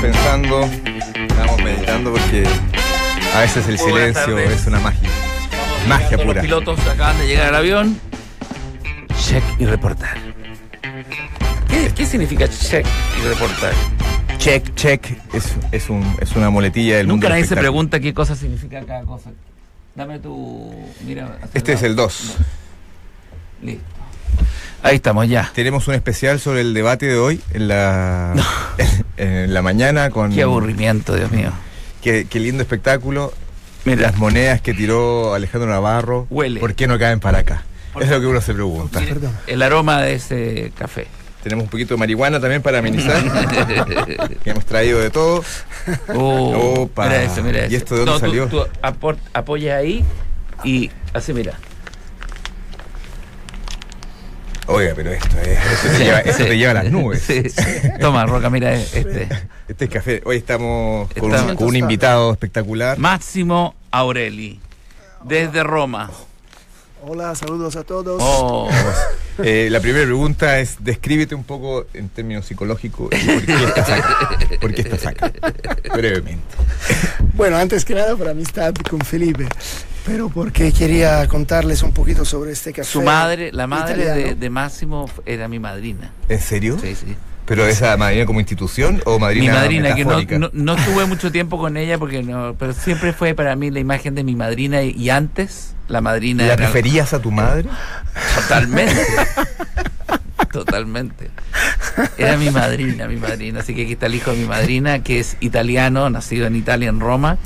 pensando, estamos meditando porque a veces el Muy buenas silencio tardes. es una magia. Magia Todos pura. Los pilotos acaban de llegar al avión. Check y reportar. ¿Qué, qué significa check y reportar? Check, check es, es, un, es una muletilla del mundo. Nunca nadie del se espectáculo. pregunta qué cosa significa cada cosa. Dame tu. Mira. hacia Este es el lado. 2. Listo. Ahí estamos ya. Tenemos un especial sobre el debate de hoy en la, en la mañana con... Qué aburrimiento, Dios mío. Qué, qué lindo espectáculo. Mira. Las monedas que tiró Alejandro Navarro. Huele. ¿Por qué no caen para acá? Por- Es lo que uno se pregunta. mire, El aroma de ese café. Tenemos un poquito de marihuana también para amenizar. que hemos traído de todo. Oh, Opa. Mira eso, mira ¿Y eso. esto de dónde No, tú- salió? tú apor- apoya ahí y así, mira. Oiga, pero esto es, eso te Sí, lleva, eso sí. te lleva a las nubes. Sí, sí. Toma, Roca, mira este. Este es café. Hoy estamos con, Estamos- un, con un invitado espectacular. Máximo Aureli, desde Roma. Hola, saludos a todos. Oh, Eh, la primera pregunta es, descríbete un poco en términos psicológicos y por qué estás acá. ¿Por qué estás acá? Brevemente. Bueno, antes que nada por amistad con Felipe, pero porque quería contarles un poquito sobre este café. su madre, la madre de, italiano. de Máximo era mi madrina. ¿En serio? Sí, sí. ¿Pero esa madrina como institución o madrina mi madrina, que no, metafórica? no, no tuve mucho tiempo con ella, porque no, pero siempre fue para mí la imagen de mi madrina y, y antes la madrina ¿La era preferías a tu madre? Totalmente. Totalmente. Era mi madrina, mi madrina. Así que aquí está el hijo de mi madrina, que es italiano, nacido en Italia, en Roma.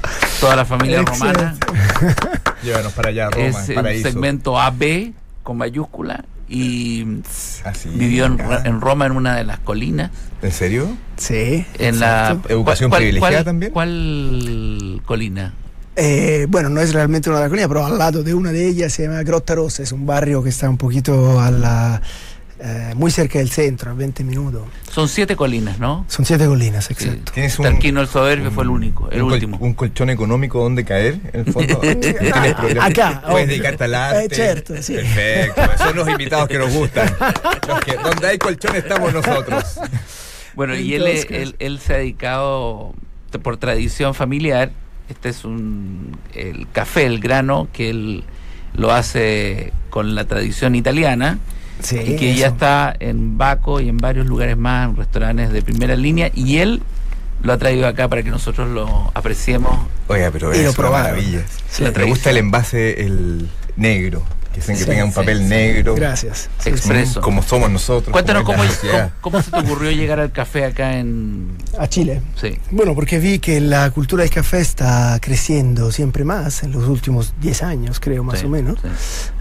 Toda la familia romana. Llévanos para allá, Roma, es el paraíso. segmento AB con mayúscula. Y mm, Así, vivió en, acá. Ra- en Roma en una de las colinas. ¿En serio? Sí. En la exacto. ¿Educación privilegiada también? ¿Cuál colina? Eh, bueno, no es realmente una lagunilla, pero al lado de una de ellas se llama Grotta Rossa, es un barrio que está un poquito a la, eh, muy cerca del centro, a 20 minutos. Son siete colinas, ¿no? Son siete colinas, Sí. exacto. Tienes un- Tarquino el Soberbio un- fue el único, el un col- último. un colchón económico donde caer, en el fondo. No tienes problema. Acá, Puedes obvio. dedicarte al arte. Eh, cierto, sí. Perfecto. Son los invitados que nos gustan. Los que- donde hay colchón estamos nosotros. Bueno, y él, Entonces- él, él se ha dedicado t- por tradición familiar. Este es un el café, el grano que él lo hace con la tradición italiana Sí, y que ya eso. está en Baco y en varios lugares más, en restaurantes de primera línea. Y él lo ha traído acá para que nosotros lo apreciemos. Oiga, pero Y es lo una probaron. maravilla. Sí. Me gusta el envase el negro. Que dicen que Sí, tenga un sí, papel negro. Gracias. Sí, sí. Expreso. Mm, Como somos nosotros. Cuéntanos como cómo, es la es- sociedad. cómo- cómo se te ocurrió llegar al café acá en. A Chile. Sí. Bueno, porque vi que la cultura del café está creciendo siempre más en los últimos 10 años, creo más sí, o menos. sí.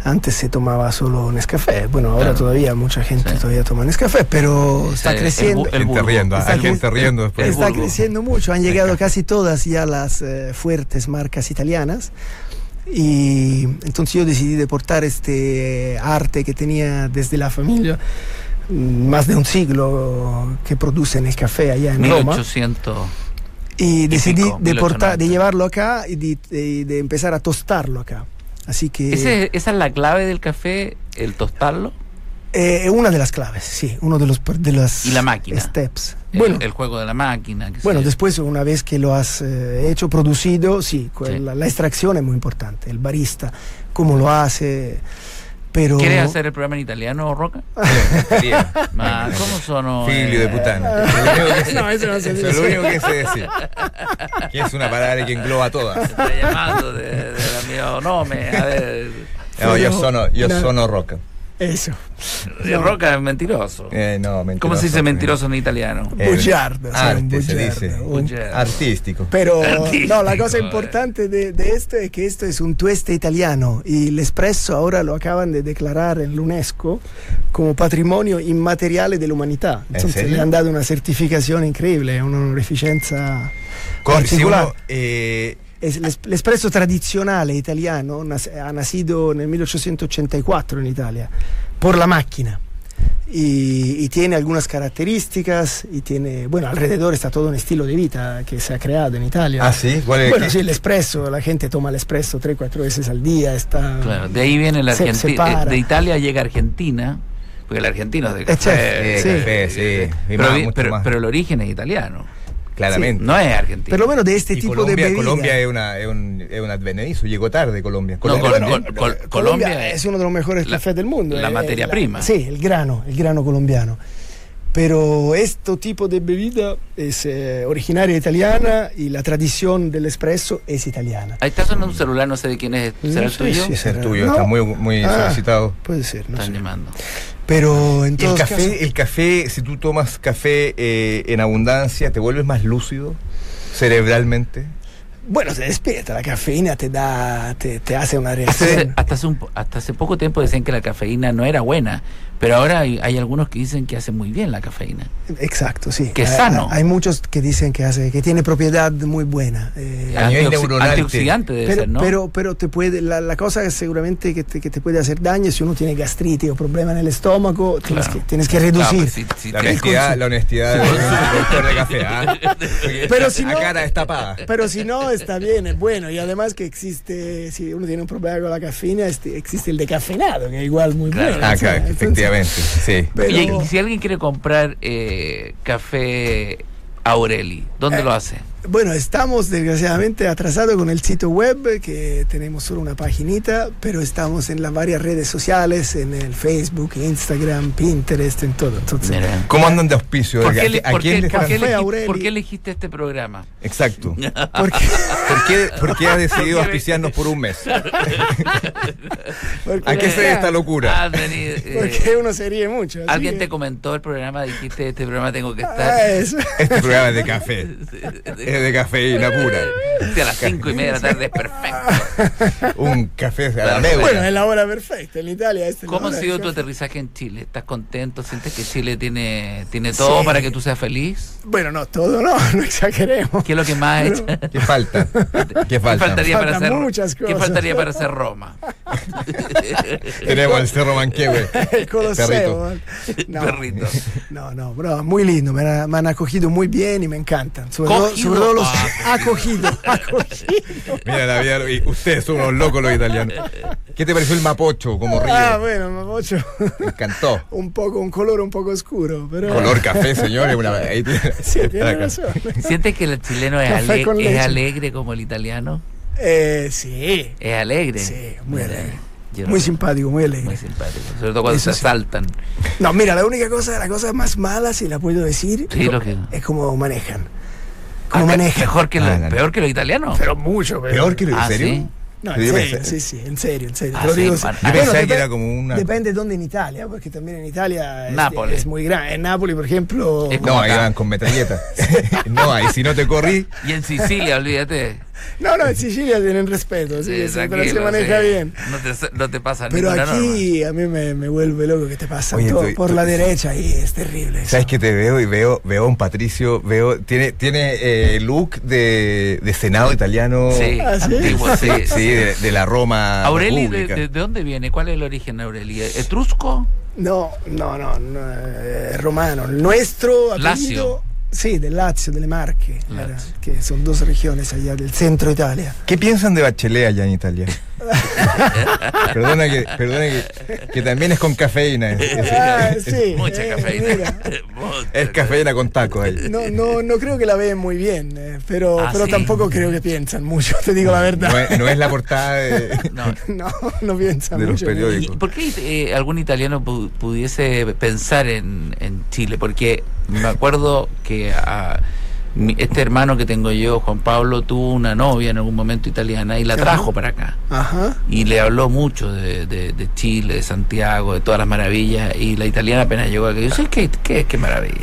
Antes se tomaba solo Nescafé. Bueno, ahora Claro. todavía mucha gente Sí. todavía toma Nescafé, pero está El- el creciendo. bu- el Gente burgo. riendo, hay gente Ah, riendo después. el Está burgo. creciendo mucho, han llegado casi todas ya las eh, fuertes marcas italianas y entonces yo decidí deportar este arte que tenía desde la familia mm, más de un siglo que producen el café allá en Roma 1800. y decidí pico, 1890. deportar, de llevarlo acá y de, de- de empezar a tostarlo acá. Así que Ese- esa es la clave del café, el tostarlo, eh, una de las claves, sí, uno de los per- de las Y la máquina. steps. el, bueno, el juego de la máquina. qué sé bueno, yo. después una vez que lo has eh, hecho, producido, sí, cu- Sí. La, la extracción es muy importante, el barista, cómo lo hace, pero ¿Quieres hacer el programa en italiano, Roca? Ah, Ma, ¿Cómo sono? Figlio de eh? putana. Es lo único que sé. Ah. No, eso no Eso se es dice. lo único que sé decir. Que es una palabra que engloba a Me todas. Está llamando de, de la mio nome. A ver, No, yo Pero- sono, yo no. sono roca. eso. eh, Roca es mentiroso. Eh, no, mentiroso. ¿Cómo se dice mentiroso en italiano? Eh, Bugiardo, sono un Arte se bugiardo, dice. un- Bugiardo. Artístico. Pero Artístico, no, la cosa eh. importante de, de esto es que esto es un tueste italiano y el espresso ahora lo acaban de declarar en la UNESCO como patrimonio inmateriale de la humanidad. ¿En Entonces serio? le han dado una certificación increíble, una onorificenza Con, si particolare. uno, eh, Es l'es- l'espresso tradizionale italiano nas- ha nacido nel 1884 en Italia por la máquina y, y tiene algunas características y tiene, bueno, alrededor está todo un estilo de vida que se ha creado en Italia. ah, sí, ¿cuál es? Bueno, sí, el espresso, la gente toma el espresso 3, 4 veces al día, está... Claro, de ahí viene la Eh. Se- se Argentina. para. De Italia llega Argentina. Porque el argentino es de Es chef, café. sí. Café, sí. Y Pero, más, vi- mucho pero- más. pero el origen es italiano. claramente. No es Argentina. Per lo meno de este Y tipo Colombia, de bebida. Colombia es, una, es, un, es un advenedizo, llegó tarde Colombia. No, Colombia eh, Col- no- Col- Col- Colombia eh, es es uno de los mejores la- cafés del mundo. la eh, materia prima. Sí, el grano, el grano colombiano. Pero este tipo de bebida es eh, originaria italiana y la tradición del espresso es italiana. Ahí está sonando un celular, no sé de quién es. ¿Será el Sí, tuyo? sí, es el será- tuyo, no. está muy, muy Ah. solicitado. Puede ser, no Están sé. llamando. Pero Y en el todos café, casos- el café, si tú tomas café eh, en abundancia, ¿te vuelves más lúcido cerebralmente? Bueno, se despierta, la cafeína te da, te, te hace una Hace, Este reacción. hasta, hace un po- hasta hace poco tiempo decían que la cafeína no era buena, pero ahora hay, hay algunos que dicen que hace muy bien la cafeína. Exacto, sí. Que Hay- sano. Hay, muchos que dicen que, hace, que tiene propiedad muy buena. eh, A nivel Antioxi- neuronal, antioxidante debe pero, ser, ¿no? pero, pero te puede, la, la cosa que seguramente que te, que te puede hacer daño es si uno tiene gastritis o problema en el estómago, tienes, Claro. que, tienes que No, reducir. pues, si- si La te- honestidad, la honestidad del productor de café. ¿ah? Pero si la no- cara destapada. Pero si no, está bien, es bueno. Y además que existe, si uno tiene un problema con la cafeína, este, existe el decafeinado, que es igual muy Claro. bueno. Ah, o sea, claro, entonces- efectivamente. Sí. pero- Oye, y si alguien quiere comprar eh, café Aureli, ¿dónde lo hace? Bueno, estamos desgraciadamente atrasados con el sitio web, que tenemos solo una paginita, pero estamos en las varias redes sociales, en el Facebook, Instagram, Pinterest, en todo. Entonces, Mira. ¿Cómo andan de auspicio? ¿Por ¿A qué, quién- le- a por quién qué- le por están- qué Café elegi- Aureli. por qué elegiste este programa? Exacto. porque- ¿Por qué, por qué ha decidido auspiciarnos por un mes? porque- ¿A qué se debe esta locura? Has venido, eh, Porque uno se ríe mucho. así Alguien que- te comentó el programa, dijiste, este programa tengo que Ah, estar eso. Este programa es de café. Es de cafeína pura. a las cinco y media de la tarde, es perfecto. Un café a la Claro. media. Bueno, es la hora perfecta en Italia. esta es la ¿Cómo ha hora sido del tu café. aterrizaje en Chile? ¿Estás contento? ¿Sientes que Chile tiene, tiene todo Sí. para que tú seas feliz? Bueno, no, todo no, no exageremos. ¿Qué es lo que más has hecho? ¿Qué falta? ¿Qué ¿Qué falta? faltaría para Faltan ser muchas ¿Qué cosas. faltaría para ser Roma? Tenemos el Cerro Manquehue. El Coloseo. No, Perrito. no, no, bro, muy lindo. Me han, me han acogido muy bien y me encantan. Sobre, todo, Cogido. sobre todo los Ah, acogido, acogido. Mira la vida. y Ustedes son unos locos los italianos. ¿Qué te pareció el Mapocho como río? Ah, bueno, Mapocho. Me encantó. Un poco, un color un poco oscuro, pero. Color café, señores. Una... ahí tiene- Sí, está tiene acá. razón. ¿Sientes que el chileno es, Café ale- con es leche. alegre como el italiano? Eh, sí. ¿Es alegre? Sí, muy Mira, alegre. yo no Muy sé. simpático, muy Muy alegre. simpático. Sobre todo cuando Eso se sí. asaltan. No, mira, la única cosa, la cosa más mala, si la puedo decir, Sí, lo que- es cómo manejan. Cómo Ah, manejan. Mejor que lo- Ah, no, no. peor que los italianos. Pero mucho, pero. Peor que lo Ah, en serio. ¿sí? No, Yo en serio, pensé- sí, sí, en serio, en serio. Ah, te lo sí, digo, man- sí. Yo Bueno, pensaba que depe- era como una. Depende dónde en Italia, porque también en Italia este, Nápoles. es muy grande. En Nápoles, por ejemplo, Es como No, ahí acá. van con metralleta. no, ahí si no te corrí. Y en Sicilia, olvídate. no, no, en Sicilia tienen respeto, sí, Eh, sí, pero se tranquilo, maneja sí. bien. No te, no te pasa Pero ninguna norma. aquí a mí me, me vuelve loco que te pasa Oye, todo tú- por tú- la derecha y es terrible. eso. Sabes que te veo y veo veo a un Patricio, veo tiene tiene eh, look de, de senado italiano. Sí, ¿Ah, sí? antiguo, sí. Sí, sí, de, de la Roma. Aureli, de, República. de- de dónde viene? ¿Cuál es el origen de Aureli? ¿Etrusco? No, no, no, no, eh, romano. El Nuestro apellido. Lazio. Sí, del Lazio, delle Marche, era, Lazio. que son dos regiones allá del centro de Italia. ¿Qué piensan de Bachelet allá en Italia? perdona que, perdona que, que también es con cafeína. Es, es- Ah, es- sí. Mucha eh, cafeína. mira. Mucha. es cafeína con taco ahí. No, no, no creo que la ven muy bien, eh, pero, Ah, pero sí. tampoco creo que piensan mucho, te digo la No verdad. es, no es la portada de, No. No, no piensan de los mucho. ¿Y periódicos. por qué eh, algún italiano pu- pudiese pensar en, en Chile? Porque me acuerdo que a mi- este hermano que tengo yo, Juan Pablo, tuvo una novia en algún momento italiana y la Ajá. trajo para acá. Ajá. Y le habló mucho de, de- de Chile, de Santiago, de todas las maravillas. Y la italiana apenas llegó aquí. Yo sé qué, qué, qué maravilla.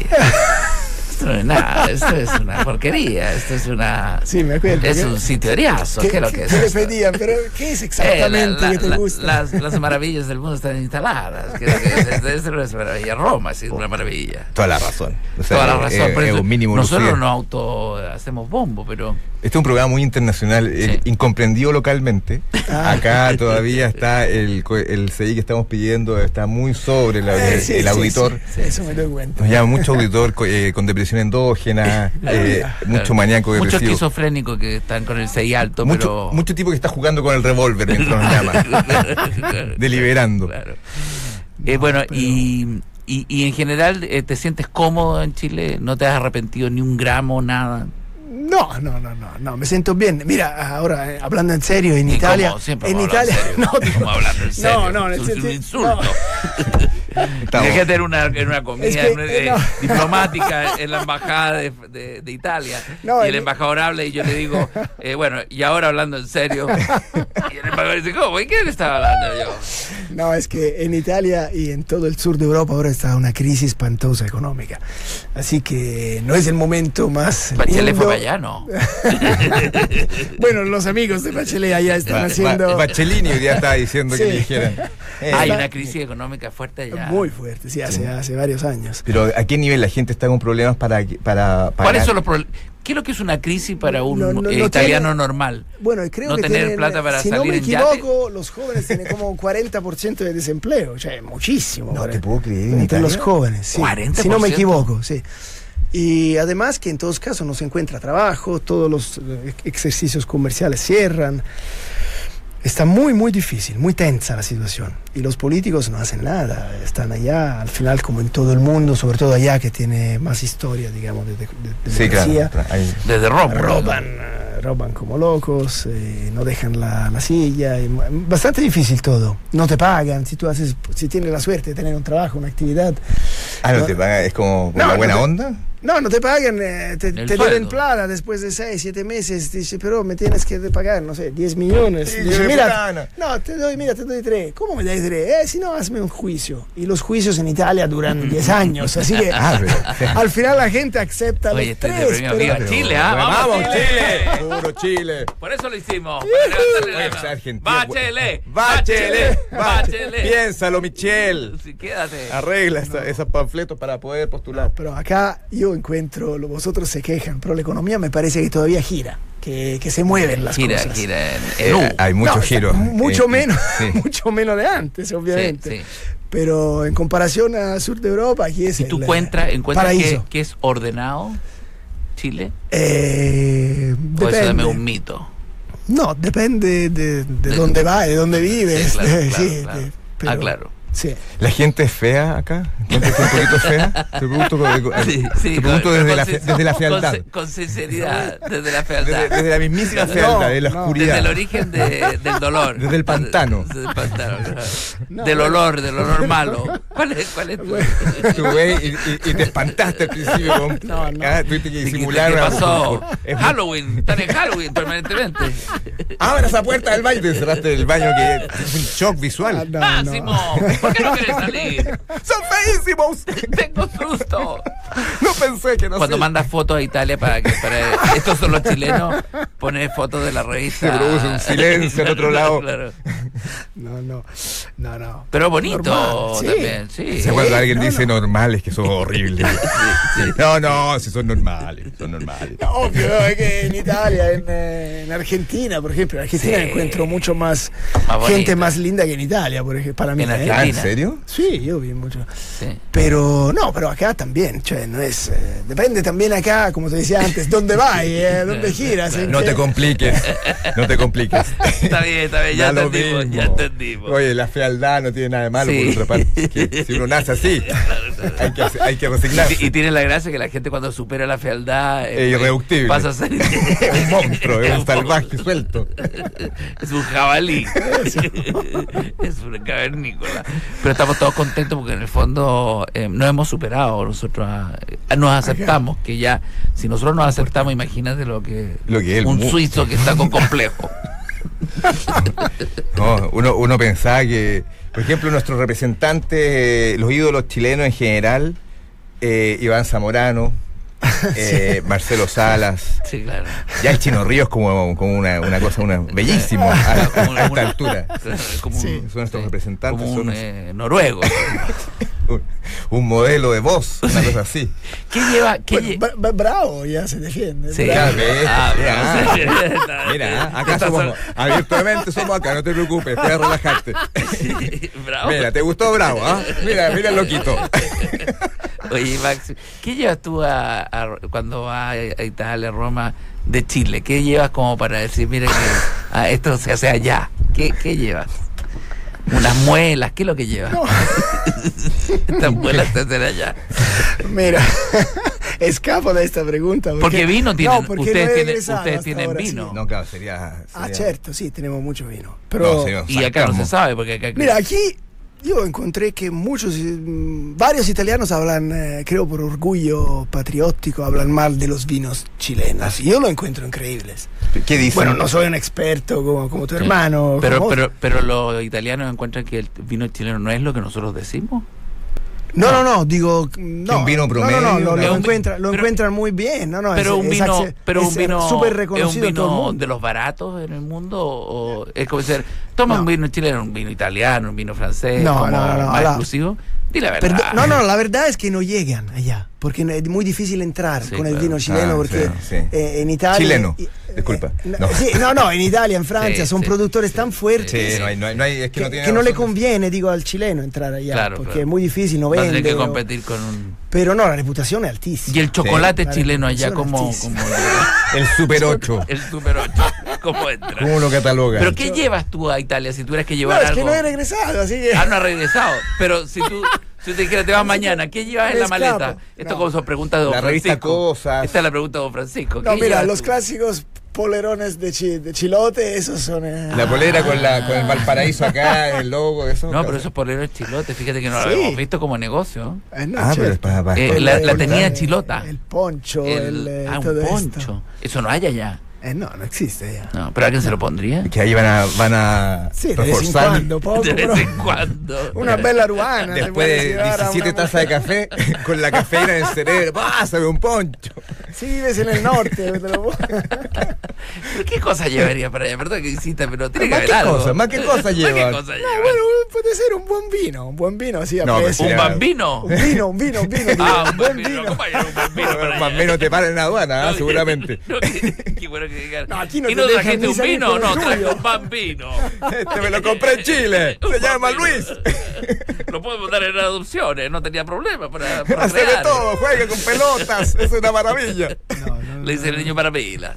Esto no es nada, esto es una porquería, esto es una... Sí, me acuerdo. Es ¿Qué- un sitio heriazo, ¿Qué, ¿qué es lo qué- que es qué le esto? pedían? ¿Pero qué es Eh, la- exactamente la- que te la- gusta? las, las maravillas del mundo están instaladas. que- que es- es- es una maravilla. Roma sí, es una maravilla. Toda la razón. O sea, Toda la razón. es- eh, por es eso un mínimo nosotros lucido. no auto hacemos bombo, pero Este es un programa muy internacional, eh, incomprendido localmente. Ah. Acá todavía está el, co- el CI que estamos pidiendo, está muy sobre la- Eh, el, sí, el sí, auditor. sí, sí, eso me doy cuenta. Nos llama mucho auditor co- eh, con depresión endógena, eh, mucho claro, maníaco muchos depresivo. esquizofrénicos que están con el 6 alto, mucho, pero mucho tipo que está jugando con el revólver mientras nos llama, Claro, deliberando. claro. Eh, bueno, y, y- y en general eh, te sientes cómodo en Chile, no te has arrepentido ni un gramo, nada. No, no, no, no, no, me siento bien. Mira, ahora eh, hablando en serio, en ¿Y cómo? Italia. Siempre en hemos hablado Italia. en serio. No, digo, Estamos hablando en serio. No, no, en es el un- sentido- un insulto. Estamos- Imagínate en una, en una comida Es que, en- eh, no. diplomática en la embajada de, de- de Italia. No, y el el- embajador habla y yo le digo, eh, bueno, y ahora hablando en serio. Y el embajador dice, ¿cómo? ¿Y qué le estaba hablando yo? No, es que en Italia y en todo el sur de Europa ahora está una crisis espantosa económica. Así que no es el momento más. Bachelet fue lindo. para allá, ¿no? Bueno, los amigos de Bachelet allá Ba- están Ba- haciendo. Bachelini hoy día estaba diciendo que Sí. le dijeran. Eh, Hay va- una crisis económica fuerte allá. Muy fuerte, sí, hace, hace varios años. Pero ¿a qué nivel la gente está con problemas para... para, para ¿Cuáles son los problemas? ¿Qué es lo que es una crisis para un No, no, no eh, tiene- italiano normal? Bueno, y creo No que tener tienen, plata para si salir no me en yate. equivoco, los jóvenes tienen como un 40% de desempleo, o sea, es muchísimo. No ¿verdad? te puedo creer. en entre los Italia. jóvenes, sí. 40%. si no me equivoco, sí. Y además que en todos casos no se encuentra trabajo, todos los eh, ejercicios comerciales cierran. Está muy, muy difícil, muy tensa la situación. Y los políticos no hacen nada, están allá, al final como en todo el mundo, sobre todo allá que tiene más historia, digamos, de, de, de Sí, democracia. claro. Ahí. Desde Roma. Roban, eh, roban como locos, eh, no dejan la, la silla, y mu- bastante difícil todo. No te pagan, si tú haces, si tienes la suerte de tener un trabajo, una actividad, Ah, no No. te pagan, es como por No, la no buena te- onda. No, no te pagan, eh, te, El te deben sueldo. plata después de 6, 7 meses. Dice, pero me tienes que pagar, no sé, 10 millones. Sí, Ah, Dice, yo de mira, fulano. no, te doy, mira, te doy 3. ¿Cómo me das 3? Eh, si no, hazme un juicio. Y los juicios en Italia duran 10 años, así que Ah, pero- al final la gente acepta Oye, los este 3. premio arriba. Chile, ¿ah? Vamos, ¡Vamos, Chile! Puro Chile. Por eso lo hicimos. para levantarle la Oye, mano. pues, Argentina, Bachelet. bu- Bachelet. Bachelet. Bachelet. Piénsalo, Michelle. Sí, quédate. Arregla esa- esos panfletos para poder postular. Pero acá yo encuentro, lo- vosotros se quejan, pero la economía me parece que todavía gira, que, que se mueven las Gira, cosas. gira. en- Eh, en U. hay muchos No, está giros. Mucho Eh, menos, sí. mucho menos de antes, obviamente. Sí, sí. Pero en comparación a sur de Europa, aquí es. ¿Y tú el, eh, encuentras, encuentras que, paraíso. que es ordenado Chile? ¿O Eh, eso también depende. es un mito? No, depende de, de De- dónde va, de dónde vives. Sí, claro, claro, Sí, claro. de- pero- Ah, claro. Sí. ¿La gente es fea acá? ¿Encuentras que es un poquito fea? Te pregunto, eh, te pregunto con- desde, con la, fe- sin- desde la con fealdad. sin- Con, sinceridad, desde la Desde, fealdad. desde la mismísima No, fealdad, de la no. oscuridad. Desde el origen de- del dolor. Desde el pantano. Desde el pantano, claro. No, del bueno. olor, del olor malo. ¿Cuál es, cuál es tu- Tú ves y, y- y te espantaste al principio. Con, No, no. Ah, tuviste que ¿Qué, disimular. qué algo. pasó? Es- Halloween, están en Halloween permanentemente. Abre esa puerta del baño. Te encerraste del baño que es un shock Ah, visual. no, ¡Ah, no. Simón! ¿Por qué no quieres salir? ¡Son feísimos! Tengo susto. No pensé que no Cuando sé. mandas fotos a Italia para que para estos son los chilenos, pones fotos de la revista. Se produce un silencio al otro lado. Claro, claro. No, no. No, no. Pero bonito Normal, sí. también, sí. Se cuando Eh, alguien no, dice no. normales que son horribles. No, no, si son normales, son normales. Obvio, ¿no? es que en Italia, en, eh, en Argentina, por ejemplo, en Argentina Sí. encuentro mucho más, Más bonito. gente más linda que en Italia, por ejemplo, para mí. En ¿eh? Argentina. Ah, ¿en serio? Sí, yo vi mucho. Sí. Pero no, pero acá también, cioè, no es. eh, depende también acá, como te decía antes, dónde vas, eh, dónde giras. en No qué- te compliques, no te compliques. Está bien, está bien, ya Da lo entendimos, mismo. ya entendimos. Oye, la fealdad no tiene nada de malo, Sí. por otra parte. que si uno nace así, hay que, hace- hay que resignarse. Y, y tiene la gracia que la gente cuando supera la fealdad eh, pues, Es irreductible. pasa a ser Es un monstruo, es un salvaje suelto. Es un jabalí. es un cavernícola. Pero estamos todos contentos porque en el fondo eh, nos hemos superado. Nosotros ah, eh, nos aceptamos. Que ya, si nosotros nos aceptamos, imagínate lo que, Lo que es el un mundo. suizo que está con complejo. No, uno, uno pensaba que, por ejemplo, nuestros representantes, eh, los ídolos chilenos en general, eh, Iván Zamorano, eh, Marcelo Salas, Sí, claro. ya el Chino Ríos como, como una, una cosa, una, bellísimo a, Como a esta una- altura. claro, como Sí, un- son nuestros sí, representantes, como son un los- eh, noruego. Un, un modelo de voz, una cosa así. ¿Qué lleva? Qué lle- Bueno, Bra- Bra- Bravo ya se defiende. Sí. Bravo. Ya ves, Ah, ya. sí. Mira, ¿ah? acá Estás somos, abiertamente somos acá, no te preocupes, te voy a relajarte. Bravo. Mira, ¿te gustó Bravo? ah? Mira, mira el loquito. Oye, Max, ¿qué llevas tú a, a- cuando vas a Italia, a Roma, de Chile? ¿Qué llevas como para decir, mira, que, ah, esto se hace allá? ¿Qué, qué llevas? Unas muelas, ¿qué es lo que llevas? Estas muelas se hacen allá. Mira, Escapo de esta pregunta. Porque vino tienen, No, porque ustedes no he tienen, regresado ustedes hasta tienen ahora, sí. vino. No, claro, sería. Ah, sería- cierto, sí, tenemos mucho vino. Pero No, sería un Y acá no sarcasmo. se sabe, porque acá... Mira, aquí yo encontré que muchos, eh, mm, varios italianos hablan, eh, creo por orgullo patriótico, hablan mal de los vinos chilenos. Y yo lo encuentro increíbles. ¿Qué dicen? Bueno, no soy un experto como, como tu hermano. Pero, como vos. pero, pero los italianos encuentran que el vino chileno no es lo que nosotros decimos. no, no, no, digo... mm, No, un vino no, promedio, No, no, ¿no? lo, Es un vi- encuentran, lo pero- encuentran muy bien. No, no, pero es- un es vino, acce- pero un es vino, súper es un reconocido en todo el vino mundo. de los baratos en el mundo. O es como decir, toma No. un vino chileno, un vino italiano, un vino francés, No, como no, no, no, más ala. exclusivo. Di la verdad. Perdón, no, no, la verdad es que no llegan allá, porque no- es muy difícil entrar Sí, con el claro. vino chileno, Ah, porque claro, sí. eh, en Italia... Chileno, y- disculpa. eh, no, No. sí, no, no, en Italia, en Francia, Sí, son sí, productores tan fuertes Sí, no hay, no hay, no hay- es que, que, no tiene que no le razón. conviene, digo, al chileno entrar allá, Claro, porque claro. es muy difícil, no Va a tener vende. que o- competir con un. pero no, la reputación es altísima. Y el chocolate la chileno allá, reputación como, es como El Super 8. el Super 8. ¿Cómo entra? ¿Cómo lo catalogan? ¿Pero qué llevas tú a Italia si tuvieras que No, llevar es algo? que no he regresado, así que... Ah, no ha regresado. Pero si tú, si te dijera, te vas mañana, ¿qué llevas en la Me maleta? escapo. Esto No. como son preguntas de don La Francisco. revista Cosas. Esta es la pregunta de don Francisco. No, ¿Qué mira, llevas los tú? clásicos polerones de, chi- de chilote, esos son... eh, La polera con, la, con el Valparaíso acá, el logo, eso. No, pero esos poleros chilotes, fíjate que no Sí. lo habíamos visto como negocio. eh, no, Ah, pero cierto. es para. para- Eh, para- la- para- la para- tenía para- chilota. El poncho, el, El- eh, ah, todo un esto. poncho. Eso no hay allá. Eh, no, no existe ya. No, pero alguien se lo pondría. Que ahí van a, van a Sí, de vez en reforzar. cuando, poco, De pero vez en cuando. una bella ruana. te Después puedes de llevar a 17 una tazas de mujer. café, con la cafeína en el cerebro, pásame un poncho. Sí, vives en el norte. te lo- ¿Pero ¿Qué cosa llevaría para allá? Perdón que insista, pero tiene que Más haber qué algo. cosa, más qué cosa llevan. cosa Ah, llevan? bueno, puede ser un buen vino, un buen vino, sí, No, pero aprecio. ¿Un Ya. bambino? Un vino, un vino, un vino. Ah, digo, un bambino. ¿Cómo hay un bambino para Más o allá? menos te paran en la aduana, ¿ah? No, seguramente. no, qué, qué bueno que digan. No, aquí no ¿Y te no dejan trajiste ni un salir vino? con el No, traje tuyo. un bambino. Este me lo compré en Chile. Se Un llama bambino. Luis. Lo podemos dar en adopciones, no tenía problema para, para Hace de crear. todo, juega con pelotas. Es una maravilla. No, no, Le dice el niño para pila.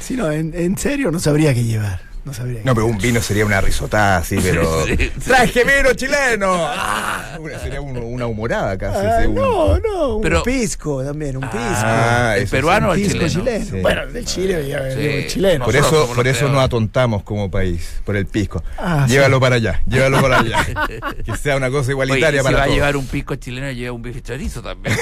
Sí, no, en, en serio no sabría qué llevar. No sabría. qué No, pero un vino sería una risotada así, pero. Sí, sí. ¡Traje vino chileno! Ah, una- sería un- una humorada casi. Ah, sí, un- no, no, un Pero- pisco también, un pisco. Ah, ¿El eso peruano o un el pisco chileno? chileno. Sí. Bueno, del Chile, ya, Sí. digo, el chileno. Por Nosotros eso, somos por los eso nos creadores. atontamos como país, por el pisco. Ah, sí. llévalo para allá, llévalo para allá. que sea una cosa Oye, igualitaria y si para va a todos. llevar un pisco chileno, lleva un bife chorizo también.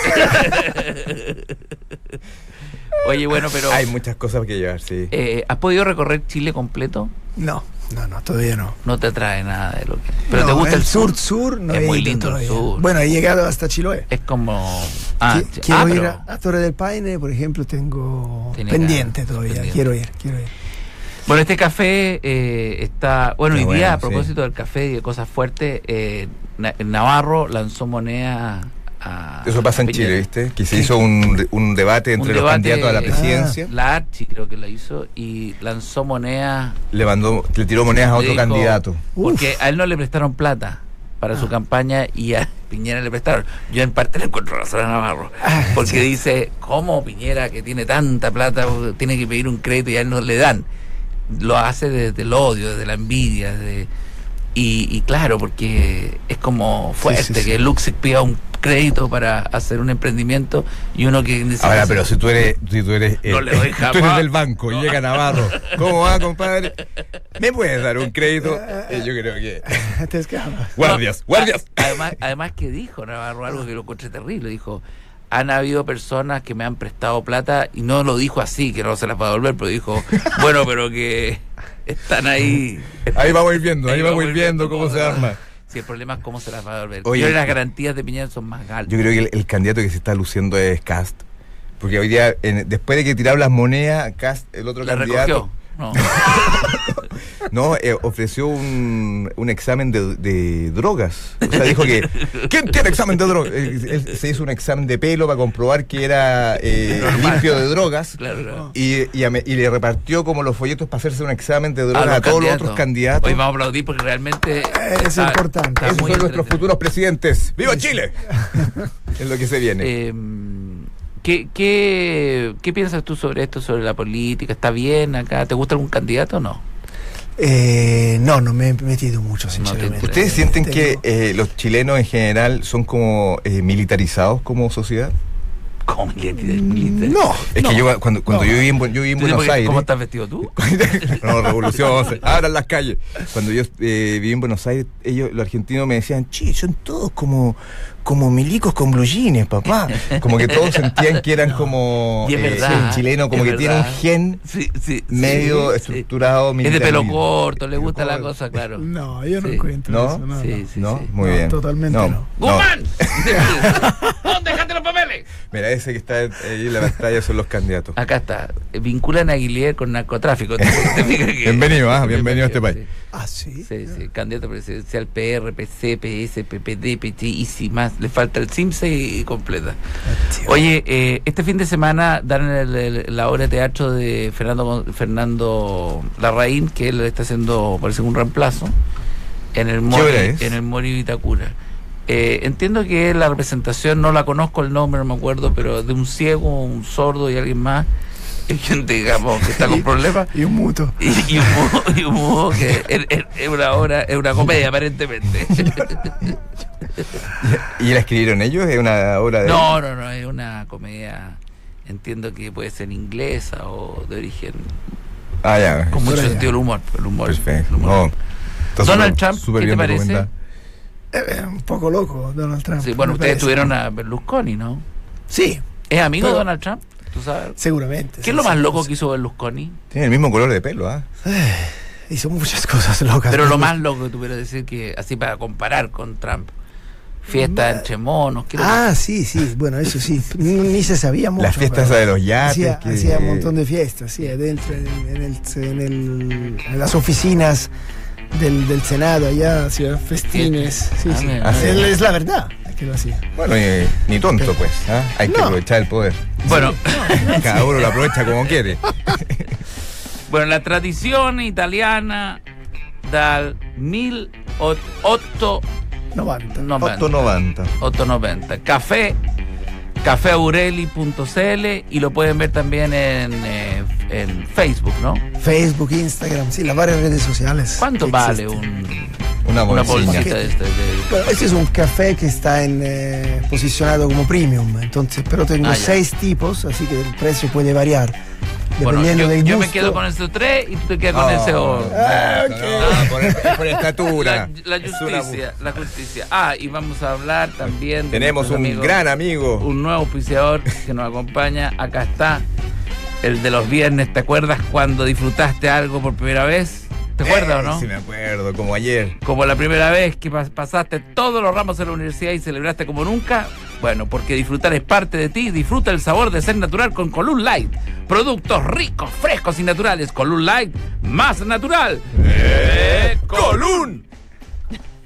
Oye, bueno, pero Hay muchas cosas que llevar, sí. eh, ¿has podido recorrer Chile completo? No, no, no, todavía no. No te atrae nada de lo que. Pero No, te gusta el, sur, sur, no Es he muy ido lindo el todavía. sur. Bueno, he llegado hasta Chiloé. Es como. Ah, Qui- ch- quiero ah, ir pero- a, a Torre del Paine, por ejemplo, tengo Tiene pendiente ganas, todavía. pendiente. Quiero ir, quiero ir. Bueno, este café eh, está. Bueno, Qué hoy bueno, día, a propósito del café y de cosas fuertes, eh, Na- Navarro lanzó moneda a. Eso pasa en Piñera. Chile, ¿viste? Que se hizo un, un debate ah, Un entre los debate- candidatos a la presidencia. Ah, la Archi creo que la hizo y lanzó moneda. Le mandó, le tiró monedas a le otro dijo- candidato. Porque a él no le prestaron plata para Ah. su campaña y a Piñera le prestaron. Yo en parte le encuentro razón a Navarro. Ah, Porque dice, ¿cómo Piñera, que tiene tanta plata, tiene que pedir un crédito y a él no le dan? Lo hace desde el odio, desde la envidia. desde- Y, y claro, porque es como fuerte sí, sí. que Luxic pida un crédito para hacer un emprendimiento y uno que dice, Ahora, pero si tú eres, si tú eres, eh, No le doy tú eres jamás. del banco y llega Navarro, ¿cómo va, compadre? ¿Me puedes dar un crédito? Eh, yo creo que. Te escapas. Guardias, No, guardias. a- Además, además que dijo Navarro algo que lo encontré terrible, dijo, han habido personas que me han prestado plata y no lo dijo así, que no se las va a devolver, pero dijo, bueno, pero que están ahí. Ahí vamos a ir viendo, ahí vamos a ir viendo cómo se arma. Si el problema es cómo se las va a devolver. Oye, Yo creo que las garantías de Piñera son más altas. Yo creo que el, el candidato que se está luciendo es Cast. Porque hoy día, en- después de que tiraron las monedas, Cast, el otro ¿La candidato, recogió? No. no, eh, ofreció un, un examen de, de drogas. O sea, dijo que. ¿Quién tiene examen de drogas? Eh, él se hizo un examen de pelo para comprobar que era eh, Normal. limpio de drogas. Claro, claro. Y, y ame- y le repartió como los folletos para hacerse un examen de drogas a, Ah, los todos candidatos. los otros candidatos. Hoy vamos a aplaudir porque realmente... Es importante. Esos muy son nuestros entretenido. futuros presidentes. ¡Viva Chile! es lo que se viene. Eh, ¿qué, qué, qué piensas tú sobre esto, sobre la política? ¿Está bien acá? ¿Te gusta algún candidato o no? Eh, no, no me he metido mucho, sinceramente. te- ¿Ustedes eh, sienten Este, que Tengo- eh, los chilenos en general son como eh, militarizados como sociedad? ¿Cómo militar? militar? No, Es no. que yo cuando, cuando No. yo viví en, Bu- yo viví en ¿Tú Buenos sabes por qué- Aires. ¿Cómo estás vestido tú? no, revolución, se- abran las calles. Cuando yo eh, viví en Buenos Aires, ellos, los argentinos me decían, che, son todos como, como milicos con blue jeans, papá. Como que todos sentían que eran como Y es eh, verdad, chilenos, como es que tienen un verdad. gen Sí, sí. sí, medio sí. estructurado Es de militar. pelo corto, le gusta la corto. cosa, claro. No, yo no Sí. encuentro ¿No? eso. No, Sí, no. sí, ¿No? sí. Muy No, bien. totalmente no. ¡Guzmán! ¿Dónde dejaste los papeles? Mira, ese que está ahí en la pantalla son los candidatos. Acá está. Vinculan a Aguilera con narcotráfico. ¿Te- te fijas que- Bienvenido, ah, bienvenido a este país. Ah, Sí, sí. sí, sí. candidato presidencial PR, PC, PS, PPD, PT y sin más. Le falta el CIMSE y completa. Oye, eh, este fin de semana dan el- el- la obra de teatro de Fernando Gon- Fernando Larraín, que él está haciendo, parece un reemplazo, en el Mori, hora es? en el Mori Vitacura. Eh, entiendo que la representación, no la conozco el nombre, no me acuerdo, pero de un ciego, un sordo y alguien más, eh, gente, digamos, que está con problemas. Y un mutuo. Y, y hubo, y hubo que es, es- es una obra, es una comedia aparentemente. ¿Y la escribieron ellos? ¿Es una obra de.? No, no, no, es una comedia, entiendo que puede ser inglesa o de origen, Ah, ya. con mucho Ahora ya. sentido del humor. El humor Perfecto. el humor. No. Está Donald súper- Trump, súper ¿qué te bien parece? recomendada. Eh, un poco loco, Donald Trump. Sí, bueno, me ustedes parece. tuvieron a Berlusconi, ¿no? Sí, ¿Es amigo de Pero- Donald Trump? ¿Tú sabes? seguramente. ¿Qué es lo más loco que hizo Berlusconi? Tiene el mismo color de pelo, ¿ah? Hizo muchas cosas locas. Pero lo más loco que tuviera decir que, así para comparar con Trump, fiesta entre monos, ¿qué era? Mm. Ah, sí, sí, bueno, eso sí. No, Ni se sabía mucho. Las fiestas pero de los yates. Hacía, que- hacía un montón de fiestas, sí, adentro, en, en el, en, el- en las oficinas del, del Senado, allá hacía festines. Sí, Ah, sí. mira. Así Es- es. es la verdad que lo hacía. Bueno, eh, ni tonto, pues. ¿ah? Hay que No. aprovechar el poder. Bueno. Cada uno lo aprovecha como quiere. Bueno, la tradizione italiana dal 1890, 90. 890. 890. Café, cafeaureli.cl y lo pueden ver también en, eh, en Facebook, ¿no? Facebook, Instagram, sí, las varias redes sociales. ¿Cuánto que vale existen. un, Una una bolsilla. bolsita de este? de- Bueno, este es un café que está en, eh, posicionado como premium, entonces, pero tengo Ah, ya. seis tipos, así que el precio puede variar. Bueno, Dependiendo yo, del gusto. yo me quedo con esos tres y tú te quedas con ese otro. Ah, ok. no, por, es por La, estatura. la Es una bu- justicia, la justicia. Ah, y vamos a hablar también. de Tenemos nuestros un amigos. gran amigo. un nuevo auspiciador que nos acompaña. Acá está el de los viernes. ¿Te acuerdas cuando disfrutaste algo por primera vez? ¿Te acuerdas o Eh, no? Sí, me acuerdo, como ayer. Como la primera vez que pas- pasaste todos los ramos de la universidad y celebraste como nunca. Bueno, porque disfrutar es parte de ti. Disfruta el sabor de ser natural con Column Light. Productos ricos, frescos y naturales. Column Light, más natural. ¡Eh, ¡Colún!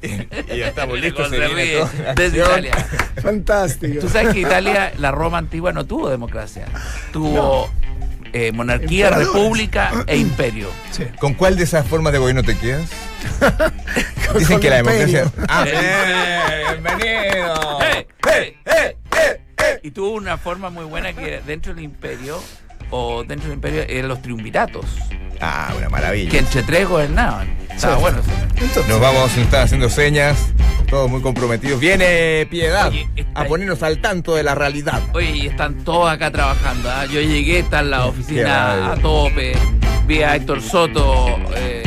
y ya estamos listos. se Se viene ríe todo. Desde Acción. Italia. Fantástico. Tú sabes que Italia, la Roma antigua no tuvo democracia, tuvo eh, monarquía, Emperadores. república e imperio. Sí. ¿Con cuál de esas formas de gobierno te quedas? Dicen con que la el democracia. imperio. ¡Ah, bien! ¡Bienvenido! ¡Eh, eh, eh, eh, eh! Y tuvo una forma muy buena que dentro del imperio o dentro del imperio eran los triunviratos, Ah, una maravilla. que entre tres gobernaban. Estaba Sí. bueno. eso. Entonces, Nos vamos, nos están haciendo señas, todos muy comprometidos. Viene Piedad Oye, está a ahí. ponernos al tanto de la realidad. Oye, y están todos acá trabajando. ¿ah? Yo llegué, está en la Qué oficina maravilla. a tope. Vi a Héctor Soto eh,